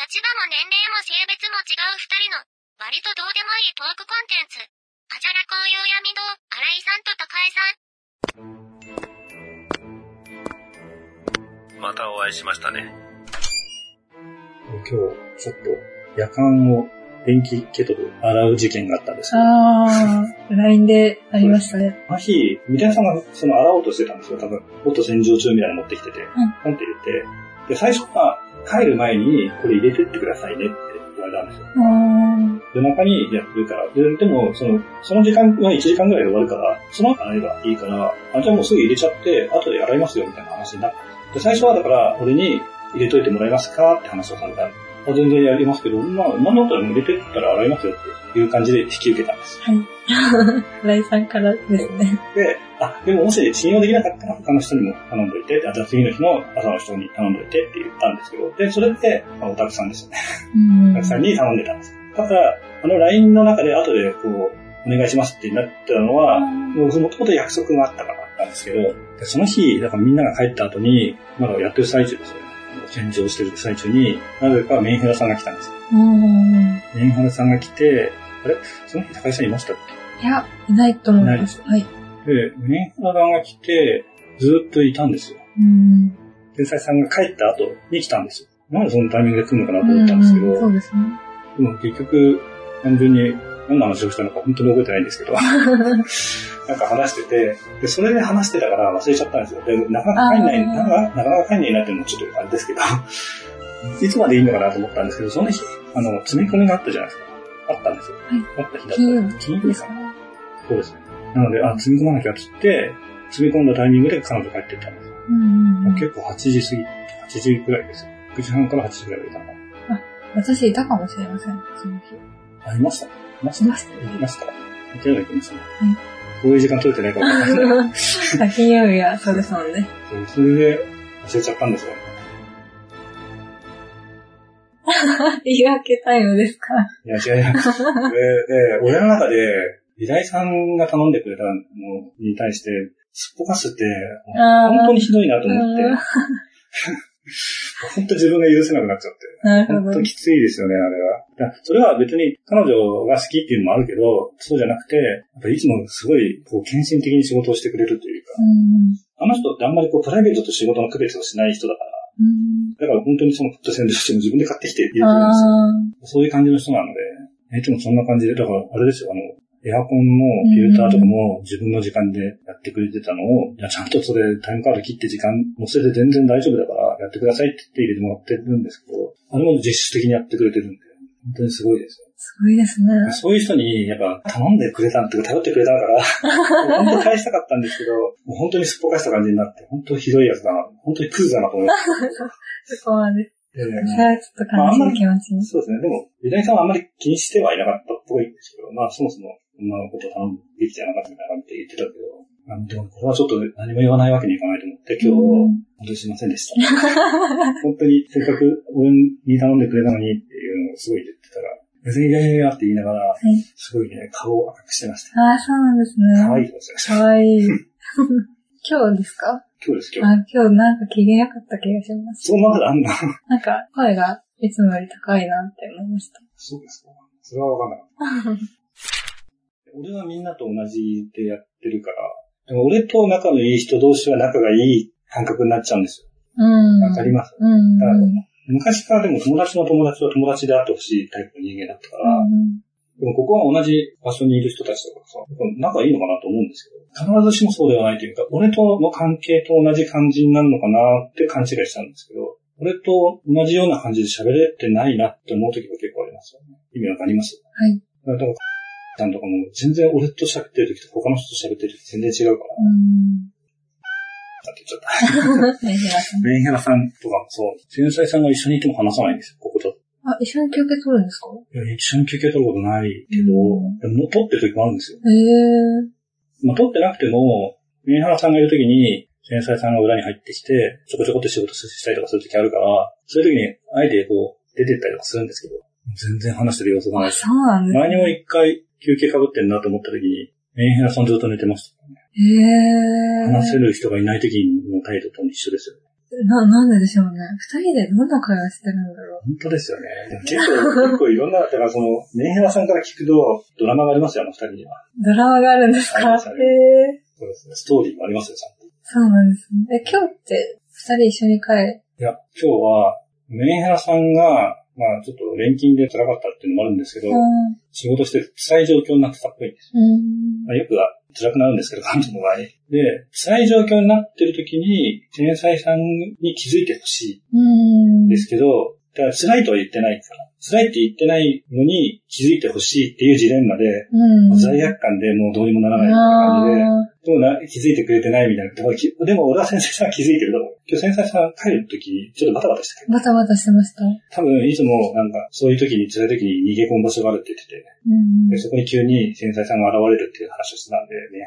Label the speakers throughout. Speaker 1: 立場も年齢も性別も違う二人の、割とどうでもいいトークコンテンツ。あじゃらこういう闇堂、新井さんと高井さん。
Speaker 2: またお会いしましたね。
Speaker 3: 今日、ちょっと、夜間を電気ケトル洗う事件があったんですよ。
Speaker 4: あー、LINE でありましたね。
Speaker 3: あの日、三谷さんがその洗おうとしてたんですよ、多分。もっと洗浄中みたいなの持ってきてて、
Speaker 4: ん
Speaker 3: ポンって入れて、で、最初は、帰る前に、これ入れてってくださいねって言われたんですよ。
Speaker 4: あー、
Speaker 3: 夜中にやってるから、で、でも、その、その時間は1時間ぐらいで終わるから、その後洗えばいいから、あ、じゃあもうすぐ入れちゃって、後で洗いますよ、みたいな話になった。で、最初はだから、俺に入れといてもらえますかって話をされた。あ全然やりますけど、まあ、なんだったら入れてったら洗いますよっていう感じで引き受けたんです。
Speaker 4: はい。LINE さんからですね。
Speaker 3: で、あ、でももし信用できなかったら他の人にも頼んどいて、あじゃあ次の日の朝の人に頼んどいてって言ったんですけど、で、それって、まあ、オタクさんですよね。
Speaker 4: うん
Speaker 3: お客さんに頼んでたんです。ただ、あの LINE の中で後でこう、お願いしますってなったのは、もともと約束があったからなんですけど、でその日、だからみんなが帰った後に、まだやってる最中ですよね。洗浄してる最中に、なぜかメンヘラさんが来たんですよ。
Speaker 4: うん。
Speaker 3: メンヘラさんが来て、あれその日高井さんいましたっ
Speaker 4: いや、いないと思います。はい。
Speaker 3: けで、メンヘラさんが来て、ずっといたんですよ。
Speaker 4: うん。
Speaker 3: 天才さんが帰った後に来たんですよ。なんでそのタイミングで来るのかなと思ったんですけど、
Speaker 4: うんそうですね。
Speaker 3: でも結局、単純に何の話をしたのか本当に覚えてないんです けど、なんか話してて、で、それで話してたから忘れちゃったんですよ。で、なかなか帰んない、
Speaker 4: あー
Speaker 3: なかなかなかなか帰んないなっていうのもちょっとあれですけど、 いつまでいいのかなと思ったんですけど、その日、あの、詰め込みがあったじゃないですか。あったんですよ。あった日だった。
Speaker 4: 金曜日
Speaker 3: 金曜
Speaker 4: で
Speaker 3: 日
Speaker 4: す
Speaker 3: か
Speaker 4: か
Speaker 3: な。そうですね。なので、あ、詰め込まなきゃっつって、詰め込んだタイミングで彼女帰ってったんですよ。
Speaker 4: うん
Speaker 3: もう結構8時過ぎ、8時くらいですよ。9時半から8時くらいでいたのか
Speaker 4: 私いたかもしれません、その日。
Speaker 3: な。あ、いましたいました
Speaker 4: いました
Speaker 3: 行き
Speaker 4: ね
Speaker 3: ま。した。行ったような気もする。こういう時間取れてないかもわ かんない。
Speaker 4: あ金曜日はそうですもんね。
Speaker 3: そうそれで忘れちゃったんですよ。
Speaker 4: 言い訳タイムですか
Speaker 3: いや、違う違う。で、で俺の中で、美大さんが頼んでくれたのに対して、すっぽかすって、
Speaker 4: あー
Speaker 3: 本当にひどいなと思って
Speaker 4: うん、
Speaker 3: 本当自分が許せなくなっちゃって。
Speaker 4: なるほ
Speaker 3: 本
Speaker 4: ど
Speaker 3: 当。きついですよね、あれは。だからそれは別に彼女が好きっていうのもあるけど、そうじゃなくて、やっぱいつもすごい、こう、献身的に仕事をしてくれるというか、
Speaker 4: うん
Speaker 3: あの人ってあんまりこう、プライベートと仕事の区別をしない人だから、
Speaker 4: うん
Speaker 3: だから本当にそのフット洗浄しても自分で買ってきて入れてるん
Speaker 4: あ
Speaker 3: ですよ。そ
Speaker 4: あ
Speaker 3: ういう感じの人なので、いつもそんな感じで、だからあれですよ、あの、エアコンのフィルターとかも自分の時間でやってくれてたのを、いやちゃんとそれタイムカード切って時間乗せて全然大丈夫だからやってくださいって言って入れてもらってるんですけど、あれも実質的にやってくれてるんで、本当にすごいですよ。
Speaker 4: すごいですね。
Speaker 3: そういう人に、やっぱ、頼んでくれたっていうか、頼ってくれたから、 本当返したかったんですけど、もう本当にすっぽかした感じになって、本当にひどいやつだな、本当にクズだなと思って。
Speaker 4: そこまで。
Speaker 3: で
Speaker 4: それはちょっと悲しい気持ちに。
Speaker 3: そうですね。でも、美大さんはあんまり気にしてはいなかったっぽいんですけど、まあ、そもそも女の子と頼むべきじゃなかったみたいな感じで言ってたけど、あのでも、これはちょっと何も言わないわけにいかないと思って、今日、
Speaker 4: うん
Speaker 3: 本当にすいませんでした。本当に、せっかく俺に頼んでくれたのにっていうのをすごい言ってたら、別にいやいやいやって言いながら、
Speaker 4: い
Speaker 3: すごいね、顔を赤くしてました。
Speaker 4: ああ、そうなんですね。
Speaker 3: 可愛い顔してまし
Speaker 4: か
Speaker 3: た。
Speaker 4: わいい。 今日ですか
Speaker 3: 今日です、今日。
Speaker 4: あ今日なんか機嫌良かった気がします。
Speaker 3: そんなことあんな。
Speaker 4: なんか声がいつもより高いなって思いました。
Speaker 3: そうですか。それはわかんなかった。俺はみんなと同じでやってるから、でも俺と仲のいい人同士は仲がいい感覚になっちゃうんです
Speaker 4: うん。
Speaker 3: よ。わかります、
Speaker 4: うん。
Speaker 3: だから
Speaker 4: うん
Speaker 3: 昔からでも友達の友達は友達であってほしいタイプの人間だったから、でもここは同じ場所にいる人たちだからさ、仲いいのかなと思うんですけど、必ずしもそうではないというか、俺との関係と同じ感じになるのかなって勘違いしたんですけど、俺と同じような感じで喋れてないなって思う時が結構ありますよね。意味わかります
Speaker 4: はい。
Speaker 3: だから、さんとかも全然俺と喋ってる時と他の人と喋ってる時全然違うから、
Speaker 4: うん。
Speaker 3: なんて言っちゃった。
Speaker 4: 大事だと思う
Speaker 3: メンヘラさんとかもそう、繊細さんが一緒にいても話さないんですよ、ここだと。
Speaker 4: あ、一緒に休憩取るんですか
Speaker 3: いや一緒に休憩取ることないけど、
Speaker 4: うん
Speaker 3: でも取ってる時もあるんですよ。
Speaker 4: へえ。
Speaker 3: まあ、撮ってなくても、メンハラさんがいるときに、繊細さんが裏に入ってきて、ちょこちょこって仕事したりとかするときあるから、そういうときに、あえてこう、出てったりとかするんですけど、全然話してる様子がない
Speaker 4: あ、
Speaker 3: です。
Speaker 4: そうなんです
Speaker 3: 前にも一回休憩かぶってんなと思ったときに、メンヘラさんずっと寝てました。
Speaker 4: へえ。
Speaker 3: 話せる人がいないときの態度と一緒ですよ。
Speaker 4: な、なんででしょうね。二人でどんな会話してるんだろ
Speaker 3: 本当ですよね。でも結構、結構いろんな、だからその、メンヘラさんから聞くと、ドラマがありますよ、あの二人には。
Speaker 4: う。ドラマがあるんですか
Speaker 3: ありますあります
Speaker 4: へえ。
Speaker 3: そうですね。ストーリーもありますよ、ちゃんと。
Speaker 4: そうなんですね。え、今日って二人一緒に会、
Speaker 3: いや、今日は、メンヘラさんが、まあちょっと錬金で辛かったっていうのもあるんですけど
Speaker 4: う、ん。
Speaker 3: 仕事して辛い状況になってたっぽいんです。
Speaker 4: うん。
Speaker 3: まあ、よくは辛くなるんですけど、彼女の場合。で、辛い状況になってる時に、天才さんに気づいてほしい。
Speaker 4: うん。
Speaker 3: ですけど、ただ辛いとは言ってないから、辛いって言ってないのに気づいてほしいっていうジレンマで、
Speaker 4: うん。
Speaker 3: 罪悪感でもうどうにもならないみたいな感
Speaker 4: あ
Speaker 3: じで、でもな気づいてくれてないみたいな。でもきでも俺は先生さんは気づいてると思う。今日先生さん帰る時にちょっとバタバタして
Speaker 4: ーバタバタしてました。う
Speaker 3: た多分いつもなんかそういう時に辛い時に逃げ込む場所があるって言ってて、
Speaker 4: ん
Speaker 3: でそこに急に繊細さんが現れるっていう話をしてたんで、ね、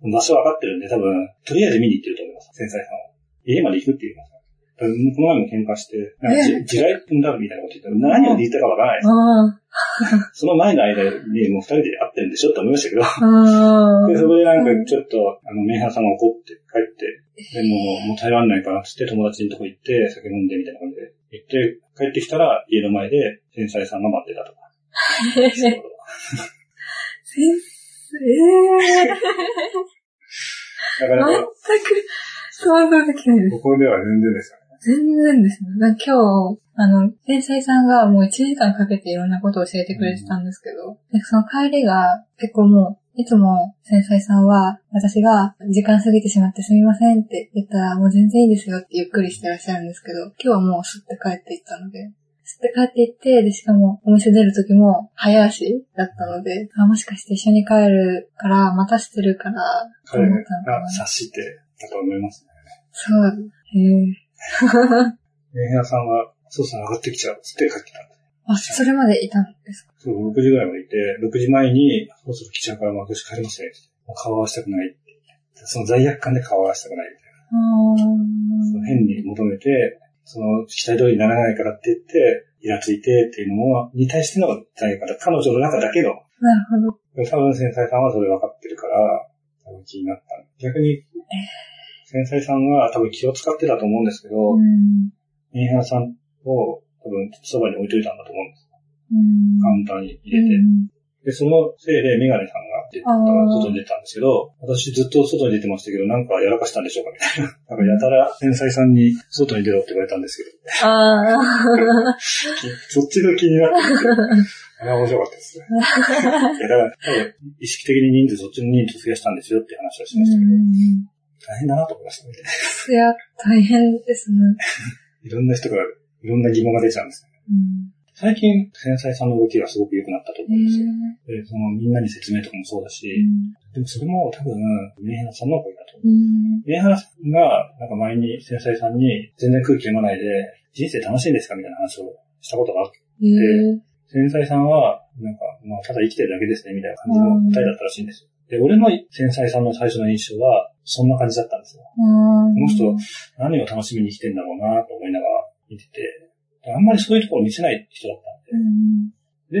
Speaker 3: あの場所は分かってるんで、多分、とりあえず見に行ってると思います、繊細さんは。家まで行くって言いました。多分この前も喧嘩して、なんかじ地雷踏んだみたいなこと言って、何を言ったか分からないです。
Speaker 4: ああ。
Speaker 3: その前の間にもう二人で会ってるんでしょって思いましたけど、
Speaker 4: ああ。
Speaker 3: でそこでなんかちょっと、あの、メンハラさんが怒って帰って、でもう、もう耐えられないからっつって友達のとこ行って、酒飲んでみたいな感じで行って、帰ってきたら家の前で繊細さんが待ってたとか。
Speaker 4: え
Speaker 3: そういうこと
Speaker 4: ーえ
Speaker 3: だ
Speaker 4: ー。
Speaker 3: から、
Speaker 4: 全く想像できないです。
Speaker 3: ここでは全然ですよね。
Speaker 4: 全然ですね。なんか今日、あの、天才さんがもう1時間かけていろんなことを教えてくれてたんですけど、でその帰りが結構もう、いつも天才さんは私が時間過ぎてしまってすみませんって言ったらもう全然いいですよってゆっくりしてらっしゃるんですけど、今日はもうすって帰っていったので、吸って帰って行って、で、しかもお店出る時も早足だったので、あ、もしかして一緒に帰るから、またしてるから、と
Speaker 3: 彼
Speaker 4: 思
Speaker 3: が
Speaker 4: ったのかな。
Speaker 3: 察してだと思いますね。
Speaker 4: そう。へえ。
Speaker 3: メンヘラさんは、そうそう上がってきちゃうっつって帰ってたんです。
Speaker 4: あ、それまでいたんですか
Speaker 3: そう、6時ぐらいまでいて、6時前に、そろそろ来ちゃうから私帰りますねって。もう顔合わせたくないって言って。その罪悪感で顔合わせたくないみたいな。
Speaker 4: あ
Speaker 3: その変に求めて、その期待通りにならないからって言って、イラついてっていうのも、に対しての罪悪感だ。彼女の中だけの。
Speaker 4: ー。なるほど。
Speaker 3: でも多分繊細さんはそれ分かってるから、多分気になった。逆に、繊細さんは多分気を使ってたと思うんですけど、
Speaker 4: うん。
Speaker 3: メンヘラさんを多分そばに置いといたんだと思うんです。
Speaker 4: うん。
Speaker 3: カウンターに入れて。
Speaker 4: うん
Speaker 3: で、そのせいでメガネさんが出たから
Speaker 4: あー
Speaker 3: 外に出たんですけど、私ずっと外に出てましたけど、なんかやらかしたんでしょうかみたいな。 なんかやたら天才さんに外に出ろって言われたん ですけど、
Speaker 4: ああ。
Speaker 3: そっちが気になってて。あれは面白かった ですね。いやだから、多分意識的に人数、そっちの人数増やしたんですよって話はしましたけど、
Speaker 4: うん
Speaker 3: 大変だなと思いましたね。
Speaker 4: いや、大変ですね。
Speaker 3: いろんな人からいろんな疑問が出ちゃうんですね。
Speaker 4: うん。
Speaker 3: 最近、繊細さんの動きがすごく良くなったと思うんですよ。
Speaker 4: え
Speaker 3: で、そのみんなに説明とかもそうだし、でもそれも多分、メンヘラさんのおかげだと思う。
Speaker 4: うん。
Speaker 3: メンヘラさんが、なんか前に繊細さんに全然空気読まないで、人生楽しいんですかみたいな話をしたことがあって、
Speaker 4: えー
Speaker 3: 繊細さんは、なんか、まあ、ただ生きてるだけですね、みたいな感じの答えだったらしいんですよ。で、俺の繊細さんの最初の印象は、そんな感じだったんですよ。
Speaker 4: うん。
Speaker 3: の人何を楽しみに生きてんだろうなと思いながら見てて、あんまりそういうところ見せない人だったんで
Speaker 4: う、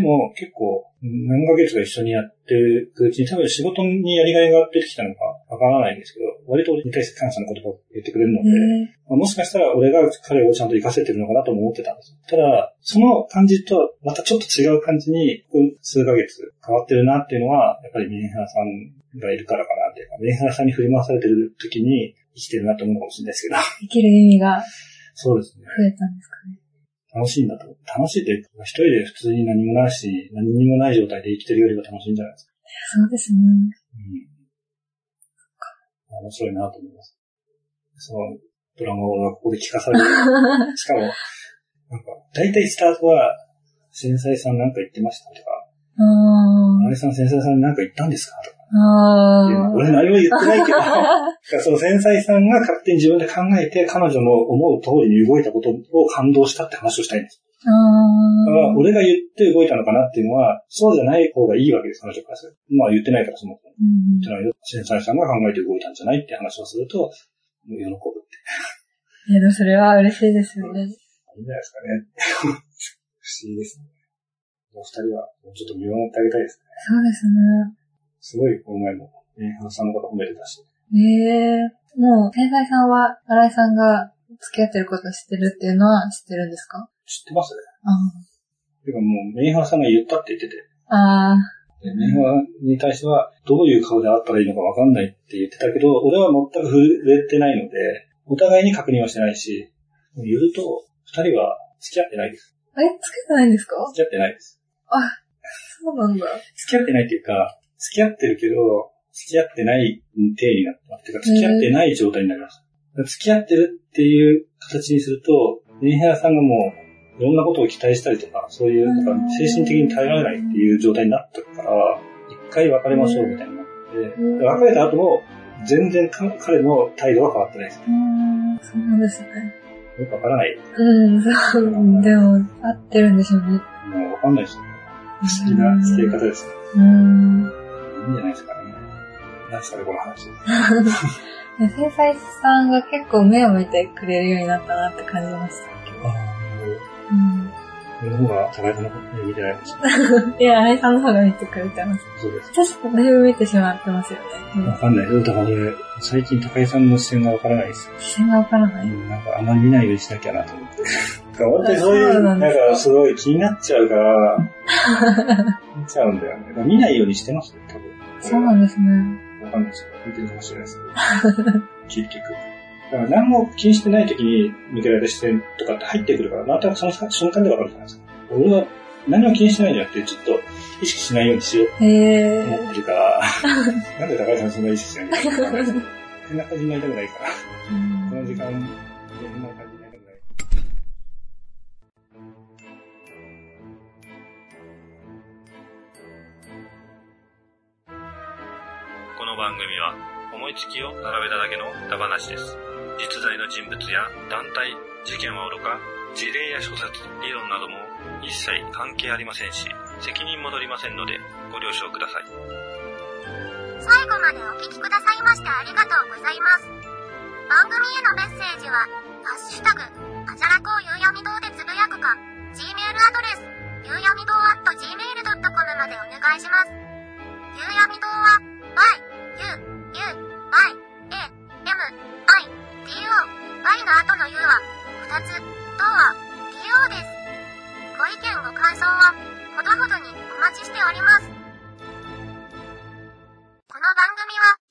Speaker 3: で
Speaker 4: ん。
Speaker 3: も結構何ヶ月か一緒にやってるうちに多分仕事にやりがいが出てきたのかわからないんですけど、割と俺に対して感謝の言葉を言ってくれるので、
Speaker 4: え
Speaker 3: まあもしかしたら俺が彼をちゃんと活かせてるのかなとも思ってたんですよ。ただ、その感じとはまたちょっと違う感じに、ここ数ヶ月変わってるなっていうのは、やっぱりメンヘラさんがいるからかなっていうか、メンヘラさんに振り回されてる時に生きてるなと思うのかもしれないですけど、
Speaker 4: ー生きる意味が
Speaker 3: そうですね。
Speaker 4: 増えたんですかね。
Speaker 3: 楽しいんだと。楽しいというか、一人で普通に何もないし、何にもない状態で生きてるよりは楽しいんじゃないですか。
Speaker 4: そうですね。
Speaker 3: うん。面白いなと思います。その、ドラマを俺はここで聞かされる。しかも、なんか、大体スタートは、繊細さんなんか言ってましたとか、
Speaker 4: あ
Speaker 3: あ
Speaker 4: あ。
Speaker 3: れさん繊細さんなんか言ったんですかとか
Speaker 4: あ
Speaker 3: っていうのは。
Speaker 4: あ。
Speaker 3: 俺何も言ってないけ ど、だからその繊細さんが勝手に自分で考えて、彼女の思う通りに動いたことを感動したって話をしたいんです。
Speaker 4: あ
Speaker 3: だから
Speaker 4: あ。
Speaker 3: 俺が言って動いたのかなっていうのは、そうじゃない方がいいわけです、彼女からすると。まあ言ってないからその子。
Speaker 4: うん
Speaker 3: じゃないよ。繊細さんが考えて動いたんじゃないって話をすると、もう喜ぶって。
Speaker 4: いや、でもそれは嬉しいですよね。
Speaker 3: いいんじゃないですかね。不思議ですね。お二人は、もうちょっと見守ってあげたいですね。
Speaker 4: そうです
Speaker 3: すごい、この前も、ね、花さんのこと褒めてたし。
Speaker 4: ね。ええもう、天才さんは、新井さんが付き合ってることを知ってるっていうのは知ってるんですか
Speaker 3: 知ってますね。
Speaker 4: あ
Speaker 3: てかもう、メイハーさんが言ったって言ってて、
Speaker 4: あ。あ
Speaker 3: でメイハーに対しては、どういう顔で会ったらいいのかわかんないって言ってたけど、俺は全く触れてないので、お互いに確認はしてないし、言うと、二人は付き合ってないです。
Speaker 4: あ。え、つけてないんですか
Speaker 3: 付き合ってないです。
Speaker 4: そうなんだ。
Speaker 3: 付き合ってないっていうか、付き合ってるけど、付き合ってない体になってます。てか、付き合ってない状態になりました。付き合ってるっていう形にすると、メンヘラさんがもう、いろんなことを期待したりとか、そういう、なんか精神的に耐えられないっていう状態になったから、一回別れましょうみたいになって、
Speaker 4: うん
Speaker 3: で別れた後も、全然か彼の態度は変わってないです。
Speaker 4: うーん、そうなんですね。
Speaker 3: よくわからない。
Speaker 4: うん、そう、でも、合ってるんでしょうね。
Speaker 3: もうわかんないですよ。不思議な付き合い方ですね。
Speaker 4: うーん。
Speaker 3: いいんじゃないですかね。何ですかね、この話。
Speaker 4: 繊細さんが結構目を見てくれるようになったなって感じました。う
Speaker 3: 俺の方が高井さんのこと見てないかもしれない。
Speaker 4: ん。いや、荒井さんの方が見てくれてます。
Speaker 3: そうです。
Speaker 4: 私、だいぶ見てしまってますよね。うん
Speaker 3: わかんない。だから俺、最近高井さんの視線がわからないです。
Speaker 4: 視線がわからな
Speaker 3: う
Speaker 4: い。
Speaker 3: んなんかあんまり見ないようにしなきゃなと思って。割とそうい、
Speaker 4: そうう
Speaker 3: な
Speaker 4: なんんですか
Speaker 3: かすごい気になっちゃうから、見ちゃうんだよね。だから見ないようにしてますね、多分。
Speaker 4: そうなんですね。
Speaker 3: わかんないですよ。見てるかもしれないです けど。結局。だから何も気にしてない時に向けられた視線とかって入ってくるから、なんとなくその瞬間でわかるじゃないですか。俺は何も気にしてないんじゃなくて、ちょっと意識しないようにしよう
Speaker 4: へ
Speaker 3: 思
Speaker 4: え
Speaker 3: ってるから、なんで高橋さんそんな意識しないのかわかんないですけど変な感じになりたくないから、この時間、変な感じになりたくない。
Speaker 2: この番組は思いつきを並べただけの歌話です。実在の人物や団体、事件はおろか、事例や諸説、理論なども一切関係ありませんし、責任も取りませんのでご了承ください。
Speaker 1: 最後までお聞きくださいましてありがとうございます。番組へのメッセージは、ハッシュタグ、あじゃらこうゆうやみ堂でつぶやくか、Gmail アドレス、ゆうやみ堂 at gmail.com までお願いします。ゆうやみ堂は、y, u, u, y, a, m, i, d, o, y の後の u は、2つ、とは、do です。ご意見ご感想は、ほどほどにお待ちしております。この番組は、